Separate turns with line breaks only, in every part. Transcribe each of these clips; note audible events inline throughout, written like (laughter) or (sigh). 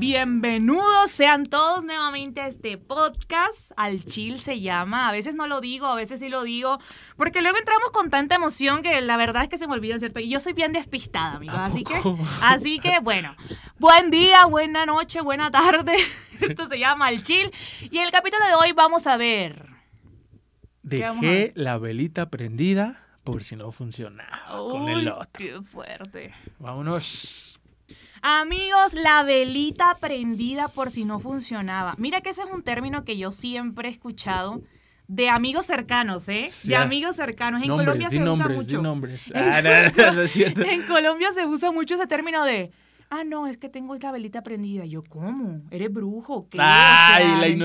Bienvenidos sean todos nuevamente a este podcast. Al chill se llama. A veces no lo digo, a veces sí lo digo. Porque luego entramos con tanta emoción que la verdad es que se me olvidan, ¿cierto? Y yo soy bien despistada, amigos. Así que, así que, bueno. Buen día, buena noche, buena tarde. (laughs) Esto se llama Al chill. Y en el capítulo de hoy vamos a ver. vamos a
Dejé
ver?
la velita prendida por si no funcionaba con el
Uy,
otro.
qué fuerte.
Vámonos.
Amigos, la velita prendida por si no funcionaba. Mira que ese es un término que yo siempre he escuchado de amigos cercanos, ¿eh?
Sí.
De amigos cercanos. En
nombres,
Colombia
di
se
nombres,
usa
di
mucho.
nombres.
En
Ah, no, no, no
(laughs)
es cierto.
En Colombia se usa mucho ese término de, ah, no, es que tengo la velita prendida. Yo, ¿cómo? ¿Eres brujo? ¿Qué? O sea,
Ay,
no
la
entiendo,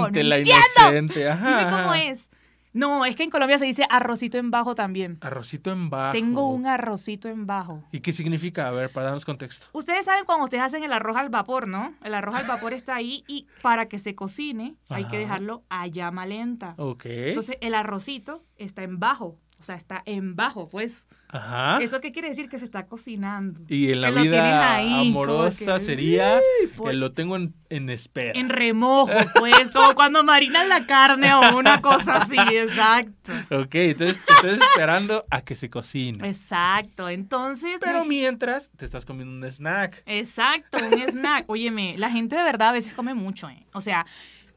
inocente,
no
la
entiendo.
inocente. Ajá.
Dime cómo es. No, es que en Colombia se dice arrocito en bajo también.
Arrocito en bajo.
Tengo un arrocito en bajo.
¿Y qué significa? A ver, para darnos contexto.
Ustedes saben cuando ustedes hacen el arroz al vapor, ¿no? El arroz al vapor está ahí y para que se cocine hay que
Ajá.
dejarlo a llama lenta.
Ok.
Entonces el arrocito está en bajo, o sea, está en bajo, pues.
Ajá.
¿Eso qué quiere decir? Que se está cocinando.
Ah. Y en la
que lo tienes
vida
ahí, como
amorosa
que-
sería,
por-
el lo tengo en, en espera.
En remojo, pues, como cuando marinas la carne o una cosa
(laughs)
así, exacto.
Ok, entonces te estás esperando a que se
(laughs)
cocine.
Exacto, entonces...
Pero mientras te estás comiendo un snack.
Exacto, un snack. Óyeme, la gente de verdad a veces come mucho, ¿eh? O sea,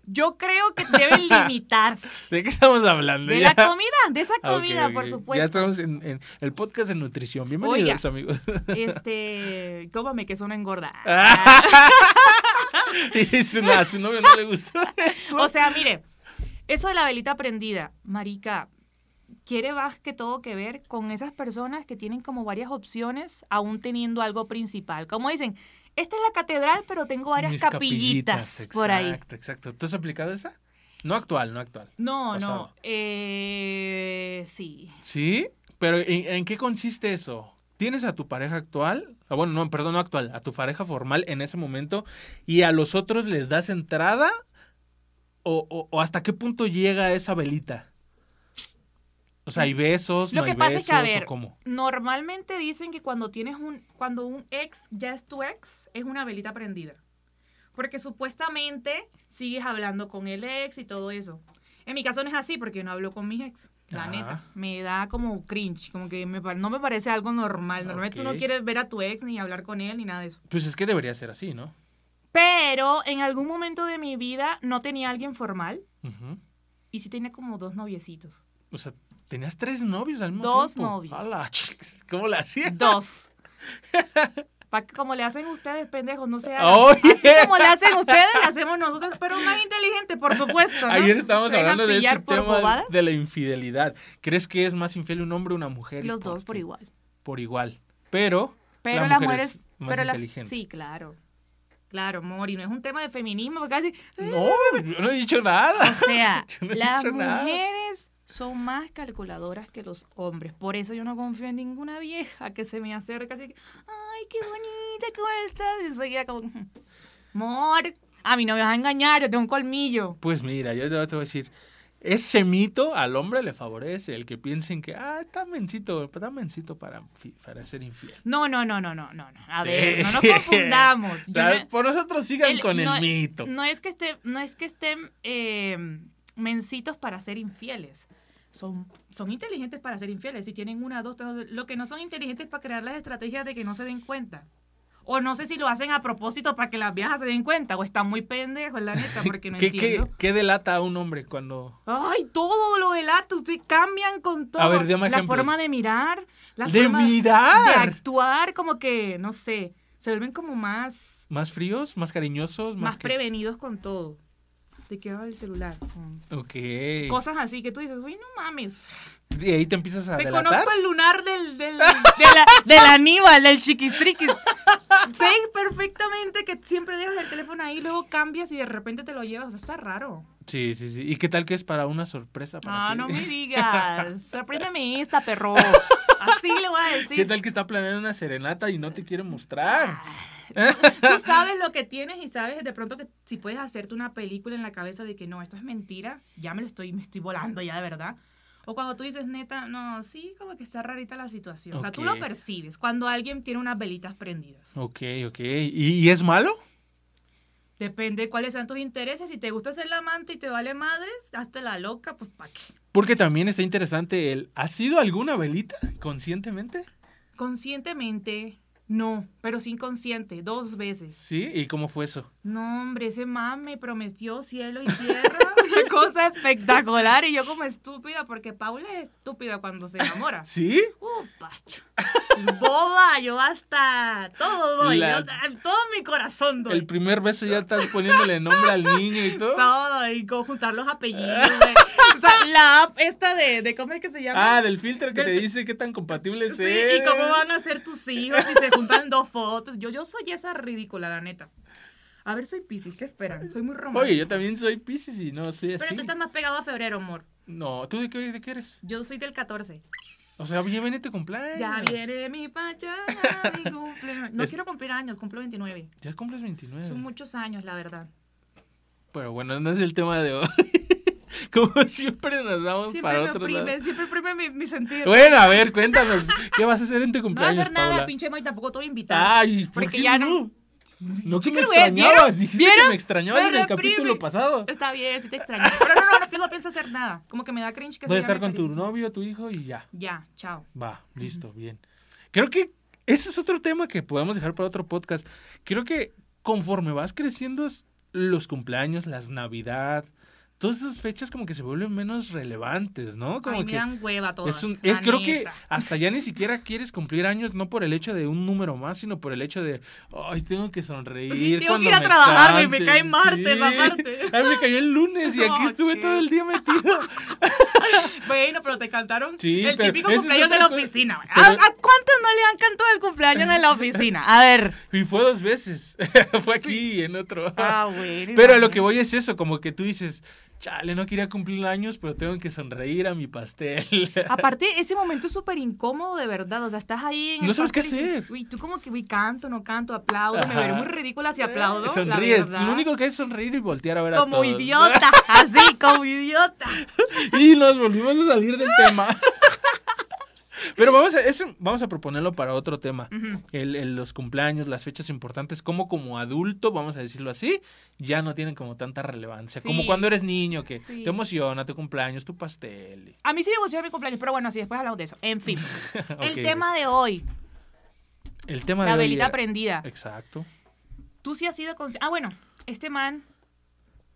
yo creo que
(laughs)
deben limitarse.
¿De qué estamos hablando?
De
ya?
la comida, de esa
Ah, ok,
comida,
ok.
por
Ya
supuesto.
estamos en, en el podcast de nutrición. Bienvenidos, amigos. (laughs)
Este, cómame que eso no engorda.
Ah, y su, a su novio no le gustó.
(laughs) o sea, mire, eso de la velita prendida, marica, quiere más que todo que ver con esas personas que tienen como varias opciones, aún teniendo algo principal. Como dicen, esta es la catedral, pero tengo (laughs) varias
Mis
capillitas, por ahí.
Exacto, exacto. ¿Tú has aplicado esa? No actual, no actual.
No, no,
Pasado.
eh, sí.
¿Sí? Pero ¿en, en qué consiste eso? ¿Tienes a tu pareja actual? Ah, Bueno, no, perdón, no actual, a tu pareja formal en ese momento y a los otros les das entrada o, o- o hasta qué punto llega esa velita? O sea, hay besos,
Lo
no
que
hay
pasa
besos
es que, a ver,
o cómo.
Normalmente dicen que cuando tienes un cuando un ex ya es tu ex es una velita prendida. Porque supuestamente sigues hablando con el ex y todo eso. En mi caso no es así porque yo no hablo con mis ex. La
Ajá.
neta, me da como cringe, como que me pa- no me parece algo normal. Normalmente tú no
Ok.
quieres ver a tu ex ni hablar con él ni nada de eso.
Pues es que debería ser así, ¿no?
Pero en algún momento de mi vida no tenía alguien formal
Ujú.
y sí tenía como dos noviecitos.
O sea, tenías tres novios al mismo
Dos
tiempo.
novios.
¡Hala! chicas! ¿Cómo la hacías?
Dos. Pa' que como le hacen ustedes, pendejos,
(laughs)
no se hagan.
(laughs) Oye.
Así como le hacen ustedes, le hacemos nosotros, pero más inteligente, por supuesto. ¿no?
Ayer estábamos
Se dejan
hablando de ese
pillar por
tema
bobadas.
de la infidelidad. ¿Crees que es más infiel un hombre o una mujer? ¿Y
Los dos por
qué?
igual.
por igual. Pero,
Pero
la, mujer es más
pero la-
inteligente.
sí, claro. Claro, Mori, no es un tema de feminismo, porque
(laughs)
casi.
No, yo no he dicho nada.
O sea,
Yo no he
las
dicho nada.
mujeres son más calculadoras que los hombres. Por eso yo no confío en ninguna vieja que se me acerca así. que, Ay, qué bonita, ¿cómo estás? Y enseguida como, amor, a mí no me vas a engañar, yo tengo un colmillo.
(laughs) Pues mira, yo te te voy a decir, ese mito al hombre le favorece, el que piensen que, ah, está mencito, está mencito para, fi- para ser infiel.
No, no, no, no, no, no. no. A
Sí.
ver, no nos
(laughs)
confundamos. Yo
Tal-
no-
Por nosotros sigan
el-
con
no-
el mito.
No es que estén, no es que estén eh, mencitos para ser infieles. Son, son inteligentes para ser infieles. Si tienen una, dos, tres, lo que no son inteligentes es para crear las estrategias de que no se den cuenta. O no sé si lo hacen a propósito para que las viejas se den cuenta. O están muy pendejos, la
(laughs)
neta, porque no
¿Qué, qué,
entiendo.
qué delata a un hombre cuando...
Ay, todo lo delata. Ustedes cambian con todo.
A ver, dame
la
ejemplos.
forma de mirar. La
¡De
forma de
mirar!
actuar, como que, no sé, se vuelven como más
¿Más fríos? ¿Más cariñosos?
más
que-
prevenidos con todo. Te quedaba el celular. mm.
Ok.
Cosas así que tú dices, güey, no mames.
Y ahí te empiezas a
Te
delatar.
conozco el lunar del, del, de la- del Aníbal, del chiquistriquis. sé perfectamente que siempre dejas el teléfono ahí, luego cambias y de repente te lo llevas. Eso está raro.
Sí, sí, sí. ¿Y qué tal que es para una sorpresa? Para
Ah,
ti?
no me digas. Sorpréndeme esta, perro. Así le voy a decir.
(laughs) ¿Qué tal que está planeando una serenata y no te quiere
Ah.
mostrar?
Tú sabes lo que tienes y sabes de pronto que si puedes hacerte una película en la cabeza de que no, esto es mentira, ya me lo estoy, me estoy volando ya de verdad. O cuando tú dices, neta, no, sí, como que está rarita la situación. O sea, tú lo
Ok.
percibes cuando alguien tiene unas velitas prendidas.
Ok, ok. ¿Y, y es malo?
Depende de cuáles sean tus intereses. Si te gusta ser la amante y te vale madres, hazte la loca, pues pa' qué.
Porque también está interesante el. ¿Has sido alguna velita conscientemente?
Conscientemente, no, pero sí inconsciente, dos veces.
Sí, ¿y cómo fue eso?
No, hombre, ese man me prometió cielo y tierra, (laughs) una cosa espectacular y yo como estúpida, porque Paula es estúpida cuando se
(laughs)
enamora.
¿Sí?
Uh, Pacho. Boba, yo hasta todo doy,
La-
yo- todo mi corazón doy.
El primer beso ya estás poniéndole nombre al niño y todo.
todo y conjuntar los apellidos.
(laughs)
güey. o sea, la app esta de, de ¿cómo es que se llama?
Ah, del filtro que te
Del-
dice qué tan compatible es.
Sí, y cómo van a ser tus hijos si se juntan dos fotos. Yo, yo soy esa ridícula, la neta. A ver, soy Pisces, ¿qué esperan? Soy muy romántica.
Oye, yo también soy Pisces y no soy así.
Pero tú estás más pegado a febrero, amor.
No, ¿tú de qué, de qué eres?
Yo soy del 14.
O sea, ya viene tu cumpleaños.
Ya viene mi (laughs) pachana, mi cumpleaños. No
Es- Mm.
quiero cumplir años, cumplo 29.
Ya cumples 29.
Son muchos años, la verdad.
Pero bueno, no es el tema de hoy. (laughs) Como siempre nos vamos
Siempre
para
me
otro lado.
oprimen, siempre oprimen mi, mi sentir.
Bueno, a ver, cuéntanos, ¿qué vas a hacer en
(laughs) no va
tu
a
cumpleaños,
hacer nada,
Paula? Ah.
pinche Moy, tampoco te voy a invitar.
Ay, ¿por
Porque
qué
ya
no?
no-
No que me
Chico, ¿vieron?
extrañabas, dijiste que
¿Vieron?
me extrañabas
Me
en el
reprime.
capítulo pasado.
Está bien, sí te extraño. Pero no, no, no, no pienso hacer nada. Como que me da cringe que
Voy a
se llame
estar con tu
feliz.
novio, tu hijo y ya.
Ya, chao.
Va, listo, bien. Creo que ese es otro tema que podemos dejar para otro podcast. Creo que conforme vas creciendo, s- los cumpleaños, las Navidad, todas esas fechas como que se vuelven menos relevantes, ¿no? Como
Ay, me
que
dan hueva todas.
es un,
la
es creo que
neta.
hasta ya ni siquiera quieres cumplir años no por el hecho de un número más, sino por el hecho de, ay, tengo que
Tengo
sonreír.
que
cuando
ir a
me
trabajar, güey, me
canten".
cae martes,
Sí.
aparte.
(laughs) Ay, me cayó el lunes
(laughs)
y aquí
No,
estuve
qué-
todo el día metido.
Bueno, pero te cantaron
Sí,
el
pero
típico
esa es
cumpleaños de
otra
la
cosa.
oficina. güey.
Pero-
¿A, a cuántos no le han cantado el cumpleaños en la oficina? A
(laughs)
ver.
Y fue dos veces. (laughs) fue aquí y en otro.
Ah, bueno.
Pero a lo que voy es eso, como que tú dices, chale, no quería cumplir años, pero tengo que sonreír a mi pastel.
Aparte, ese momento es súper incómodo, de verdad. O sea, estás ahí en
No
el
sabes qué
pastel y dices,
hacer.
Uy, tú como que, uy, canto, no canto, aplaudo. Me
Ajá. Eh,
veré muy ridícula si
(laughs)
aplaudo. la
Sonríes.
verdad.
Lo único que es sonreír y voltear a ver a
Como
todos.
idiota, así, como idiota.
(laughs) Y nos volvimos a salir del
(laughs)
tema. Pero vamos a, eso, vamos a proponerlo para otro tema.
Ujú.
El- el- los cumpleaños, las fechas importantes, como como adulto, vamos a decirlo así, ya no tienen como tanta relevancia. Como
Sí.
cuando eres niño, que
Sí.
te emociona tu cumpleaños, tu pastel. y- (laughs)
A mí sí me emociona mi cumpleaños, pero bueno, sí, después hablamos de eso. En fin, el
Ok,
tema de hoy,
el tema de
la
hoy
velita
era-
prendida.
Exacto.
Tú sí has sido consci- Ah, bueno, este man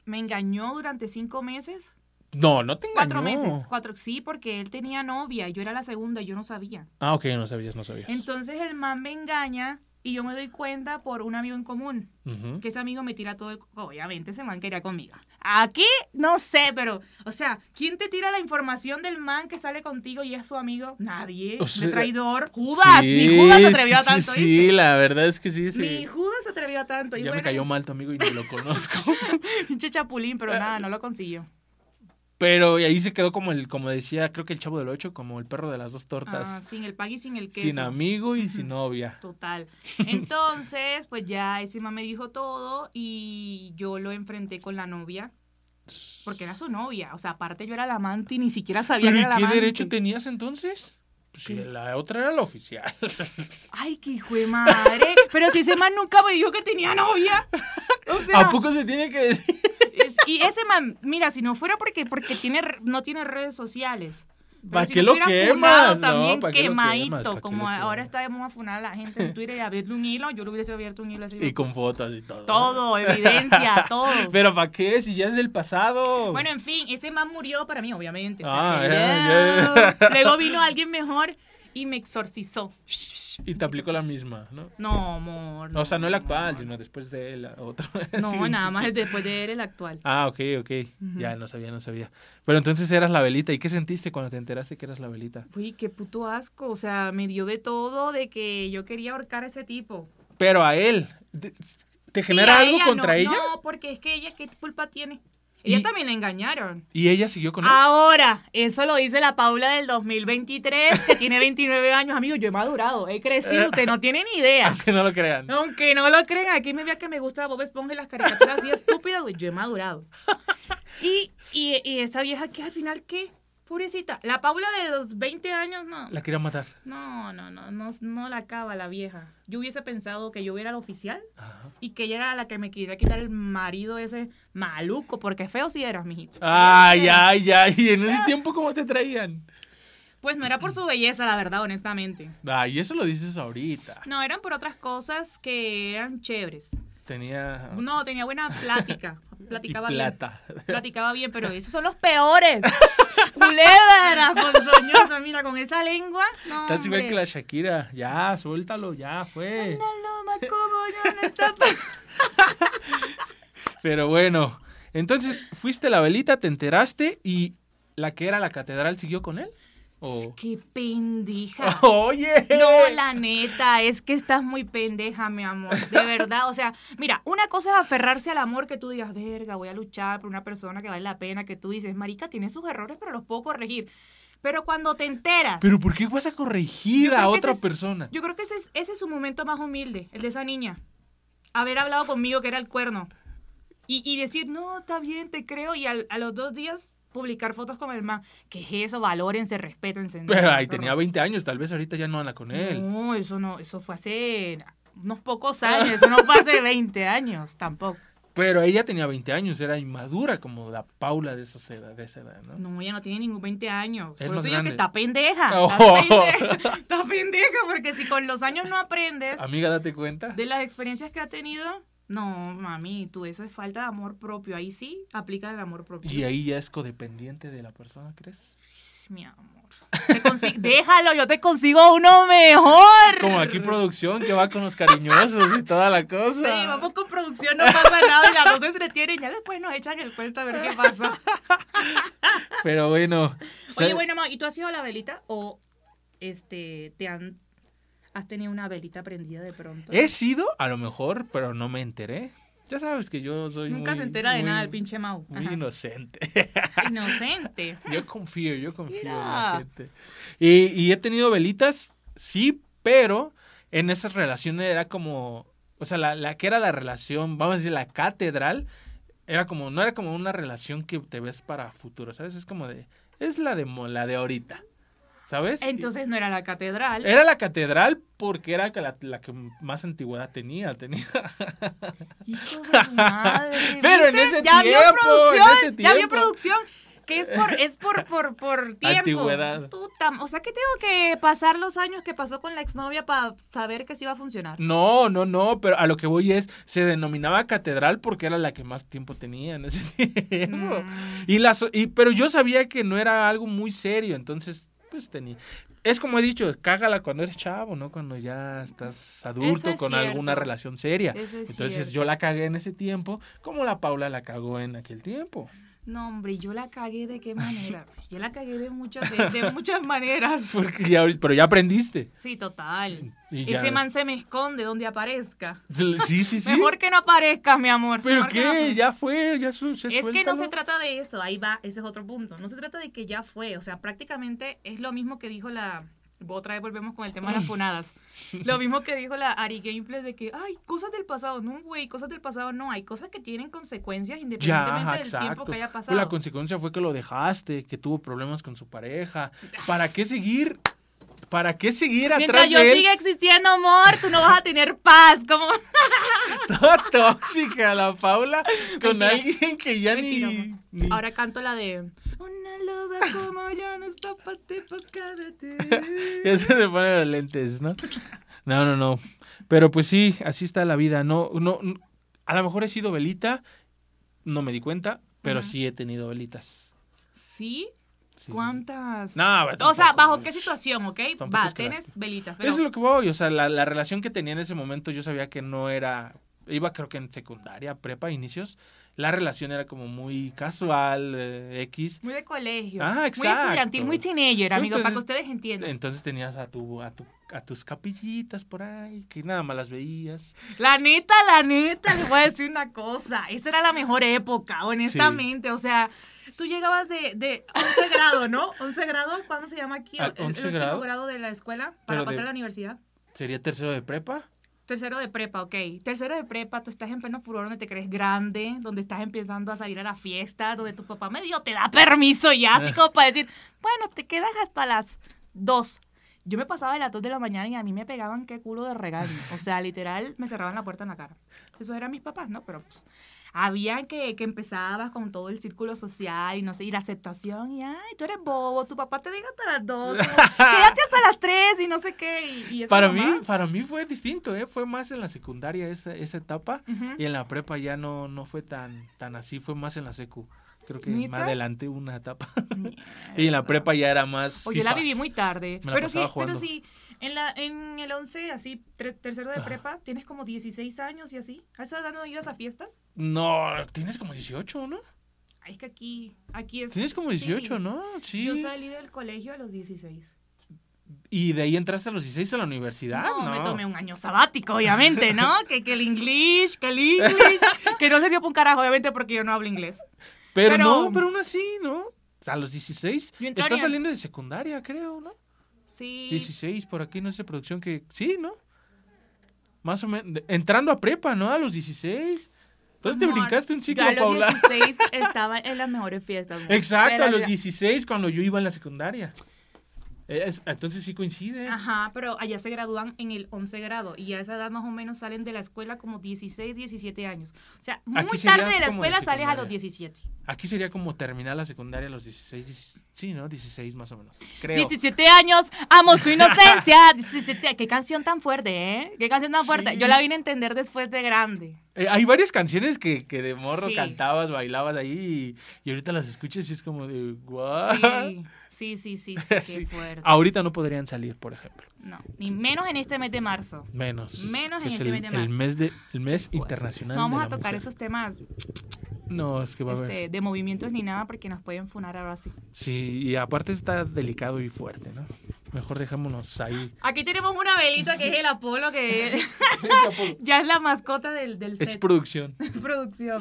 me engañó durante cinco meses.
No, no te
Cuatro
engañó.
meses. Cuatro, sí, porque él tenía novia y yo era la segunda y yo no sabía.
Ah, ok, no sabías, no sabías.
Entonces el man me engaña y yo me doy cuenta por un amigo en común.
Ujú.
Que ese amigo me tira todo el... Obviamente ese man quería conmigo. Aquí, no sé, pero... O sea, ¿quién te tira la información del man que sale contigo y es su amigo? Nadie.
O
De
sea,
traidor. Judas. ni Judas se atrevió a
sí,
tanto.
Sí,
¿viste?
sí, la verdad es que sí,
Ni
sí.
Judas se atrevió a tanto. Y
Ya me
bueno,
cayó Eh, mal tu amigo y ni lo (laughs) conozco.
(laughs) Pinche chapulín, pero nada, no lo consiguió.
Pero y ahí se quedó como el, como decía, creo que el chavo del ocho, como el perro de las dos
Ah,
tortas.
sin el pan y sin el queso.
sin amigo y sin novia. (laughs)
Total. Entonces, pues ya ese man me dijo todo y yo lo enfrenté con la novia. Porque era su novia. O sea, aparte yo era la amante y ni siquiera sabía
¿Pero
que
y
era la
qué
amante.
derecho tenías entonces? Pues, Si
¿Qué?
la otra era la oficial.
Ay, qué hijo de madre. Pero si ese man nunca me dijo que tenía
(laughs)
novia. O sea,
¿A poco se tiene que decir?
es- y ese man, mira, si no fuera porque, porque tiene, re- no tiene redes sociales. Pero
¿Para
si
qué
no
lo
estuviera
quemas?
funado, también
¿para qué lo quemas?
quemadito,
¿Para qué lo
como ahora
quemas?
está de moda funar a la gente en Twitter y abrirle un hilo, yo le hubiese abierto un hilo así.
Y con fotos y todo.
Todo, evidencia, todo.
¿Pero para qué? Si ya es del pasado.
Bueno, en fin, ese man murió para mí, obviamente. o sea,
Ah,
hello.
ya, ya.
Luego vino alguien mejor y me exorcizó.
Y te aplicó la misma, ¿no?
No, amor.
O sea, no el actual,
no,
sino después de él, (laughs) otro.
No,
Sí,
No,
un
nada más
chico.
después de él, el actual.
Ah, ok, ok. Ya, no sabía, no sabía. Pero entonces eras la velita. ¿Y qué sentiste cuando te enteraste que eras la velita?
Uy, qué puto asco. O sea, me dio de todo de que yo quería ahorcar a ese tipo.
Pero a él. ¿Te, te
Sí,
genera
a
algo
ella
contra
no,
ella?
No, porque es que ella, ¿qué culpa tiene? Ella
Y-
también la engañaron.
Y ella siguió con él.
Ah. Ahora, eso lo dice la Paula del 2023, que tiene 29 años. Amigo, yo he madurado, he
(laughs)
crecido, usted no tiene ni idea.
(laughs) Aunque no lo crean.
Aunque no lo crean, aquí me vea que me gusta Bob Esponja y las caricaturas así estúpidas, güey, yo he madurado. Y, y, y esa vieja que al final, ¿qué? Pobrecita. La Paula de los 20 años, no.
La quería matar.
No, no, no, no, no la acaba la vieja. Yo hubiese pensado que yo era la oficial
Ajá.
y que ella era la que me quería quitar el marido ese maluco, porque feo sí eras, mijito.
Ay, ay, ay. ¿Y en ese
Ah.
tiempo cómo te traían?
Pues no era por su belleza, la verdad, honestamente.
Ay, eso lo dices ahorita.
No, eran por otras cosas que eran chéveres.
Tenía.
No, tenía buena plática. Platicaba
Ah. (laughs) y
bien.
plata. (laughs)
Platicaba bien, pero esos son los peores. (laughs) Culebras ponzoñosa, mira, con esa lengua. No,
Estás igual que
hombre.
la Shakira. Ya, suéltalo, ya fue.
Una loma como yo en
(laughs)
esta pa-
Pero bueno, entonces fuiste a la velita, te enteraste y la que era la catedral siguió con él. ¿O- (laughs)
Qué pendija.
Oh. Oye.
No, la neta, es que estás muy pendeja, mi amor. De verdad, o sea, mira, una cosa es aferrarse al amor que tú digas, verga, voy a luchar por una persona que vale la pena, que tú dices, marica, tiene sus errores, pero los puedo corregir. Pero cuando te enteras,
Pero ¿por qué vas a corregir
Yo
a
creo que
otra
ese es-
persona?
yo creo que ese es, ese es su momento más humilde, el de esa niña. Haber hablado conmigo que era el cuerno. Y, y decir, no, está bien, te creo. Y al- a los dos días publicar fotos con el man. ¿Qué es eso? Valórense, respétense. ¿no? Mm.
Pero ahí
Perro.
tenía 20 años, tal vez ahorita ya no anda con él.
No, eso no, eso fue hace unos pocos años, eso no fue hace 20 años tampoco.
Pero ella tenía 20 años, era inmadura como la Paula de, esos edad- de esa edad, ¿no?
No, ella no tiene ningún 20 años.
Es
Por
más
eso digo que
grande.
está pendeja.
(laughs)
Está
Oh.
pendeja, (laughs) está pendeja, porque si con los años no aprendes
Amiga, date cuenta.
de las experiencias que ha tenido, no, mami, tú eso es falta de amor propio. Ahí sí aplica el amor propio.
Y ahí ya es codependiente de la persona, ¿crees?
Mi amor. Te consi- Déjalo, yo te consigo uno mejor.
Como aquí producción que va con los cariñosos y toda la cosa.
Sí, vamos con producción, no pasa nada y las dos se entretienen. Ya después nos echan el cuento a ver qué pasa.
Pero bueno.
Oye,
sal-
bueno, Mau, ¿y tú has ido a la velita o este te han has tenido una velita prendida de pronto?
He sido, a lo mejor, pero no me enteré. Ya sabes que yo soy
Nunca
muy-
se entera de
muy-
nada el pinche Mau.
Muy
Ajá.
inocente. (laughs)
Inocente.
Yo confío, yo confío en la
Mira.
gente. Y, y he tenido velitas, sí, pero en esas relaciones era como... O sea, la, la que era la relación, vamos a decir, la catedral, era como... No era como una relación que te ves para futuro, ¿sabes? Es como de... Es la de, mo- la de ahorita, ¿sabes?
Entonces no era la catedral.
Era la catedral porque era la, la que más antigüedad tenía. tenía
Hijo de su madre.
(laughs) Pero en
¿viste?
ese
ya
tiempo,
vio producción,
en ese
ya vio
tiempo.
producción. Que es por, es por, por,
(laughs)
por tiempo.
Antigüedad.
Puta, o sea que tengo que pasar los años que pasó con la exnovia para saber que sí iba a funcionar.
No, no, no, pero a lo que voy es, se denominaba catedral porque era la que más tiempo tenía en ese (laughs) tiempo.
Mm.
Y las, y, pero yo sabía que no era algo muy serio, entonces, pues tenía. Es como he dicho, cágala cuando eres chavo, ¿no? Cuando ya estás adulto,
es
con alguna
cierto.
relación seria.
Eso es
entonces
cierto.
yo la cagué en ese tiempo, como la Paula la cagó en aquel tiempo. (laughs)
No, hombre, yo la cagué de qué manera. Yo la cagué de muchas, de, de muchas maneras.
Porque ya, pero ya aprendiste.
Sí, total.
Y ya-
Ese man se me esconde donde aparezca.
Sí, sí, sí.
Mejor que no aparezca, mi amor.
¿Pero
Mejor que no
qué?
aparezca.
Ya fue, ya su, se
Es que no se
suéltalo.
trata de eso, ahí va, ese es otro punto. No se trata de que ya fue, o sea, prácticamente es lo mismo que dijo la... Otra vez volvemos con el tema de
(laughs)
las funadas. Lo mismo que dijo la Ari Gameplays de que, ay, cosas del pasado, no, güey, cosas del pasado no, hay cosas que tienen consecuencias
Ya,
independientemente
ajá,
del tiempo
exacto.
que haya
Pues
pasado.
la consecuencia fue que lo dejaste, que tuvo problemas con su pareja. ¿Para qué seguir? ¿Para qué seguir
Mientras
atrás
yo
de él?
siga existiendo, amor, tú no vas a tener paz. Como...
(laughs) Toda tóxica la Paula con
Mentira.
alguien que (laughs) ya
Mentira,
ni,
amor.
ni-
Ahora canto la de Una
(laughs)
loba como yo no está pa' ti, pa' cállate".
Ya se le ponen los lentes, ¿no? No, no, no. Pero pues sí, así está la vida. No, no, no- a lo mejor he sido velita, no me di cuenta, pero
Ujú.
sí he tenido velitas.
¿Sí?
Sí, sí, sí.
¿Cuántas?
No, pero
o sea,
tampoco,
¿bajo
güey.
qué situación, ok?
Tampoco
Va,
es que
tienes
gaste.
velitas.
Eso es
Pero
lo que voy, o sea, la, la relación que tenía en ese momento yo sabía que no era, iba creo que en secundaria, prepa, inicios, la relación era como muy casual, eh, X,
muy de colegio.
Ah,
Muy estudiantil,
exacto.
muy teenager, amigo, para que
Entonces-
ustedes entiendan.
entonces tenías a tu, a tu a tus capillitas por ahí, que nada más las veías.
La neta, la neta, les voy a decir una cosa. Esa era la mejor época, honestamente. O sea, tú llegabas de, de 11 grado, ¿no? 11 grado, ¿cuándo se llama aquí?
Ah,
El, el
11
último
grado.
grado de la escuela para
Pero de-
pasar a la universidad.
¿Sería tercero de prepa?
Tercero de prepa, ok. Tercero de prepa, tú estás en pleno furor donde te crees grande, donde estás empezando a salir a la fiesta, donde tu papá medio te da permiso ya,
Eh.
así como para decir, bueno, te quedas hasta las 2. Yo me pasaba de las 2 de la mañana y a mí me pegaban qué culo de regaño. O sea, literal, me cerraban la puerta en la cara. Eso eran mis papás, ¿no? Pero pues, había que, que empezabas con todo el círculo social y no sé, y la aceptación. Y ay, tú eres bobo, tu papá te deja hasta las 2,
(laughs)
quédate hasta las 3 y no sé qué. Y, y eso
Para mí,
nomás.
para mí fue distinto, ¿eh? Fue más en la secundaria esa, esa etapa
Ujú.
y en la prepa ya no, no fue tan, tan así, fue más en la secu. Creo que
¿Neta?
más adelante una etapa. y en la prepa ya era más
O yo la
fifas.
viví muy tarde.
Me la
pero sí,
pasaba jugando.
pero sí, en, la, en el 11, así, tre- tercero de prepa, tienes como 16 años y así. ¿A esa edad no ibas a fiestas?
No, tienes como 18, ¿no?
Ay, es que aquí, aquí es...
Tienes como 18,
sí.
¿no? Sí.
Yo salí del colegio a los 16.
Y de ahí entraste a los 16 a la universidad, ¿no?
no, me tomé un año sabático, obviamente,
(laughs)
¿no? que, que el inglés, que el inglés, que no sirvió para un carajo, obviamente, porque yo no hablo inglés.
Pero,
Pero-
no, pero aún así, ¿no? A los 16.
Yo
Estás
entraría.
saliendo de secundaria, creo, ¿no?
Sí.
16, por aquí, no sé, producción que... Sí, ¿no? Más o menos. Entrando a prepa, ¿no? A los 16. Entonces te
Amor,
brincaste un ciclo,
yo Pues a los
Paula.
16 estaba en las mejores fiestas. amor.
Exacto,
Pero
a los
la-
16 cuando yo iba en la secundaria. Eh, es- entonces sí coincide.
Ajá, pero allá se gradúan en el 11 grado y a esa edad más o menos salen de la escuela como 16, 17 años. O sea, muy
Aquí sería
tarde de la
como de
escuela sales a
secundaria.
los 17.
Aquí sería como terminar la secundaria a los 16. 16, Sí, ¿no? 16 más o menos. Creo.
17 años, amo
(laughs)
su inocencia. 17, qué canción tan fuerte, ¿eh? Qué canción tan fuerte.
Sí.
Yo la vine a entender después de grande.
Eh, hay varias canciones que, que de morro
Sí.
cantabas, bailabas ahí y, y ahorita las escuchas y es como de guau.
Sí, sí, sí, sí, sí,
(laughs)
qué
Ah. Sí. Ah.
fuerte.
Ahorita no podrían salir, por ejemplo.
No, ni menos en este mes de marzo.
Menos.
Menos
que
en
es
el
el,
mes de
el
marzo.
mes de- el mes
Pues,
internacional.
No vamos
de
a
la
tocar
mujer.
esos temas
No, es que va a haber.
este, de movimientos ni nada porque nos pueden funar ahora sí.
Sí, y aparte está delicado y fuerte, ¿no? Mejor dejémonos
(laughs)
ahí.
Aquí tenemos una velita que es el Apolo, que ya es la mascota del, del
es
set
producción.
de (laughs) producción.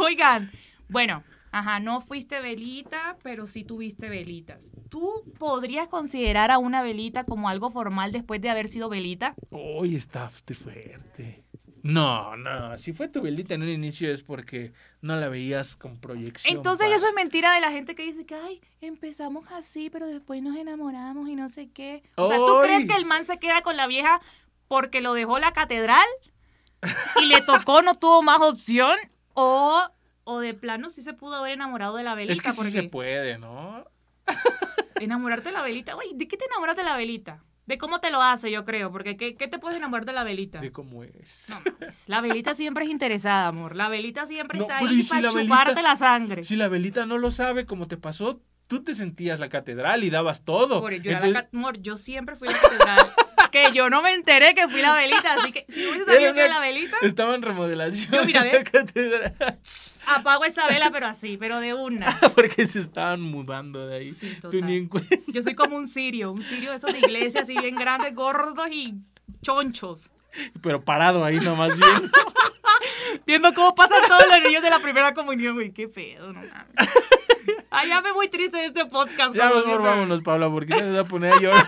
Oigan, bueno, ajá, no fuiste velita, pero sí tuviste velitas. ¿Tú podrías considerar a una velita como algo formal después de haber sido velita?
Hoy está f- fuerte. No, no. Si fue tu velita en un inicio es porque no la veías con proyección.
Entonces
para-
eso es mentira de la gente que dice que, ay, empezamos así, pero después nos enamoramos y no sé qué. O sea, ¿tú
¡Ay!
crees que el man se queda con la vieja porque lo dejó la catedral y le tocó, no tuvo más opción? O, o de plano sí se pudo haber enamorado de la velita.
(laughs) Es que sí
porque
se puede, ¿no?
Enamorarte de la velita, güey, ¿de qué te enamoras de la velita? De cómo te lo hace, yo creo, porque ¿qué, qué te puedes enamorar de la velita?
De cómo es.
No, mames, la velita siempre es interesada, amor. La velita siempre
No,
está
pero
ahí
¿y si
para
la velita-
chuparte la sangre.
Si la velita no lo sabe, como te pasó, tú te sentías la catedral y dabas todo.
Por ello, yo, era la
Entonces,
cat- amor, yo siempre fui la catedral. que yo no me enteré que fui la velita, así que si hubiese sabido
Era
que era
una-
la velita,
Estaba en remodelación
Yo, mira, ¿eh?
esa
ve.
catedral. (laughs)
apago esa vela, pero así, pero de una.
Porque se estaban mudando de ahí.
Sí,
Tú
total.
ni en cuenta.
Yo soy como un sirio, un sirio de esos de iglesia, así bien grandes, gordos y chonchos.
(laughs) Pero parado ahí
(laughs)
nomás bien.
Viendo cómo pasan todos los niños de la primera comunión, güey, qué pedo, no mames.
(laughs)
Ay, ya me muy triste de este podcast.
ya
como
mejor
siempre.
vámonos, Paula, porque ya se va a poner
(laughs)
a llorar.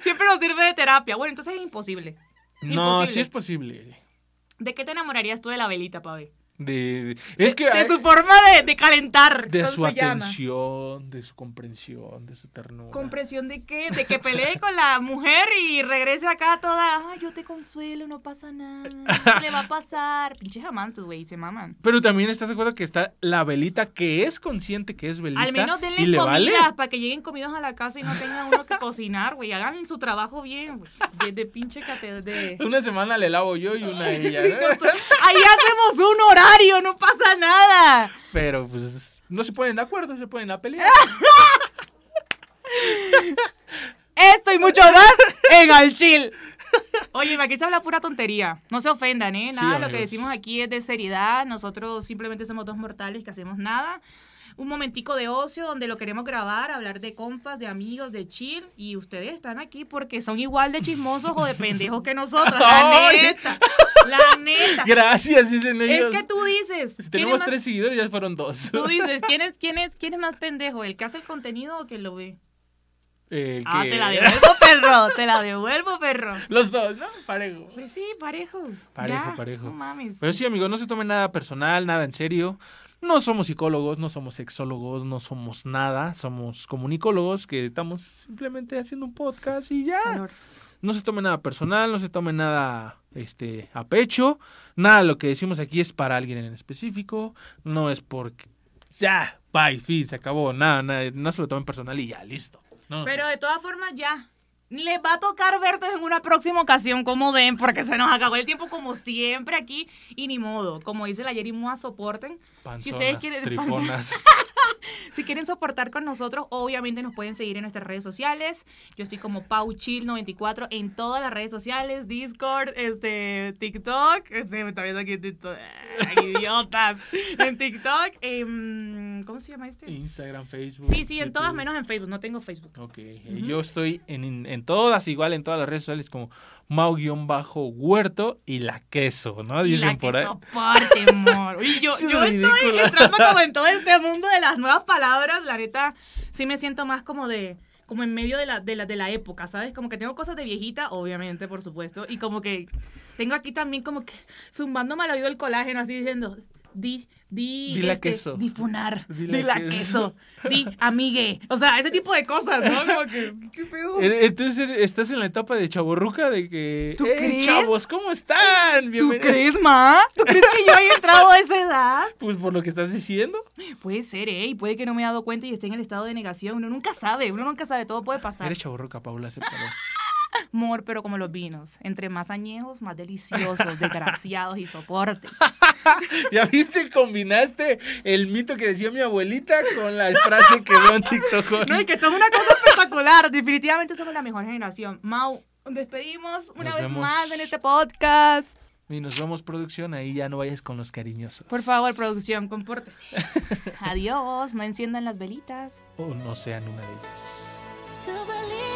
Siempre nos sirve de terapia. Bueno, entonces es imposible.
no,
Imposible.
sí es posible.
¿De qué te enamorarías tú de la velita, Pabé?
De, de- es que
De
hay-
su forma de, de calentar.
de
con
su
llama.
atención, de su comprensión, de su ternura.
¿Comprensión de qué? De
(laughs)
que pelee con la mujer y regrese acá toda. Ay, yo te consuelo, no pasa nada. ¿Qué le va a pasar? Pinches amantes, güey, se maman.
Pero también estás de acuerdo que está la velita que es consciente que es velita.
Al menos denle
y le
comidas
vale.
para que lleguen comidos a la casa y no tengan uno que cocinar, güey. Hagan su trabajo bien, güey. De, de pinche cate- de...
Una semana le lavo yo
(laughs)
y una ella. ¿no?
Ahí hacemos un horario, no pasa nada.
Pero pues no se ponen de acuerdo, se ponen a pelear.
Ah. Esto y mucho más en Al Chill. Oye, aquí se habla pura tontería. No se ofendan, ¿eh?
Sí,
Nada, lo que
amigos.
decimos aquí es de seriedad. Nosotros simplemente somos dos mortales que hacemos nada. Un momentico de ocio donde lo queremos grabar, hablar de compas, de amigos, de chill. Y ustedes están aquí porque son igual de chismosos o de pendejos que nosotros. La
(laughs) Ay.
neta. La neta.
Gracias, dicen
Es
ellos.
que tú dices.
Si
¿quién es
tenemos
más- (laughs)
tres seguidores, ya fueron dos.
Tú dices, ¿quién es, quién, es, ¿quién es más pendejo? ¿El que hace el contenido o que lo ve?
(laughs) El
Ah,
que-
te la devuelvo, perro. Te la devuelvo, perro.
(laughs) Los dos, ¿no? Parejo.
Pues sí, parejo.
Parejo,
Ya,
parejo.
No mames.
Pero sí, amigo, no se tomen nada personal, nada en serio. No somos psicólogos, no somos sexólogos, no somos nada. Somos comunicólogos que estamos simplemente haciendo un podcast y ya.
Valor.
No se tome nada personal, no se tome nada este, a pecho. Nada, de lo que decimos aquí es para alguien en específico. No es porque. Ya, bye, fin, se acabó. Nada, nada, no se lo tomen personal y ya, listo. No nos-
Pero de todas formas, ya. Les va a tocar vernos en una próxima ocasión, como ven, porque se nos acabó el tiempo como siempre aquí. Y ni modo, como dice la Yeri Mua, soporten. si ustedes
panzonas,
quieren- (laughs)
triponas.
Si quieren soportar con nosotros, obviamente nos pueden seguir en nuestras redes sociales. Yo estoy como PauChill94 en todas las redes sociales, Discord, este, TikTok. Se me está viendo aquí en TikTok. Ay, idiotas. En TikTok, em, ¿cómo se llama este?
Instagram, Facebook.
Sí, sí, en todas
YouTube.
menos en Facebook. No tengo Facebook.
Ok, eh, yo estoy en, en- en todas, igual en todas las redes sociales como Mau-Huerto y la queso, ¿no? Dicen
la
por
que
ahí.
soporte, amor. Uy,
(laughs)
yo,
Es
yo estoy
ridícula.
entrando como en todo
(laughs)
este mundo de las nuevas palabras. La neta, sí me siento más como de como en medio de la, de la de la época, ¿sabes? Como que tengo cosas de viejita, obviamente, por supuesto, y como que tengo aquí también como que zumbándome al oído el colágeno así diciendo di di
Di la
este,
queso.
di funar,
Di
di, la
la queso.
queso. di amigue, o sea, ese tipo de cosas, ¿no? Como
(laughs)
que qué pedo.
E- Entonces estás en la etapa de chaborruca de que.
¿Tú
"Hey,
crees?
chavos, ¿cómo están?
¿Tú
Bienvenidos".
crees, ma? ¿Tú crees que yo he entrado a esa edad?
Pues por lo que estás diciendo.
(laughs) Puede ser, ¿eh? Y puede que no me haya dado cuenta y esté en el estado de negación. Uno nunca sabe, uno nunca sabe, todo puede pasar.
Eres chaborruca, Paula, acéptalo. (laughs)
Amor, pero como los vinos. Entre más añejos, más (laughs) deliciosos, desgraciados y soporte.
¿Ya viste? Combinaste el mito que decía mi abuelita con la frase que veo en TikTok.
(laughs)
hoy.
(laughs) No, y que esto es una cosa espectacular. Definitivamente somos la mejor generación. Mau, despedimos una
Nos
vez
vemos.
más en este podcast.
Y nos vemos, producción, ahí ya no vayas con los cariñosos.
Por favor, producción, (laughs) compórtese. Adiós, no enciendan las velitas.
O no sean una de ellas.
to believe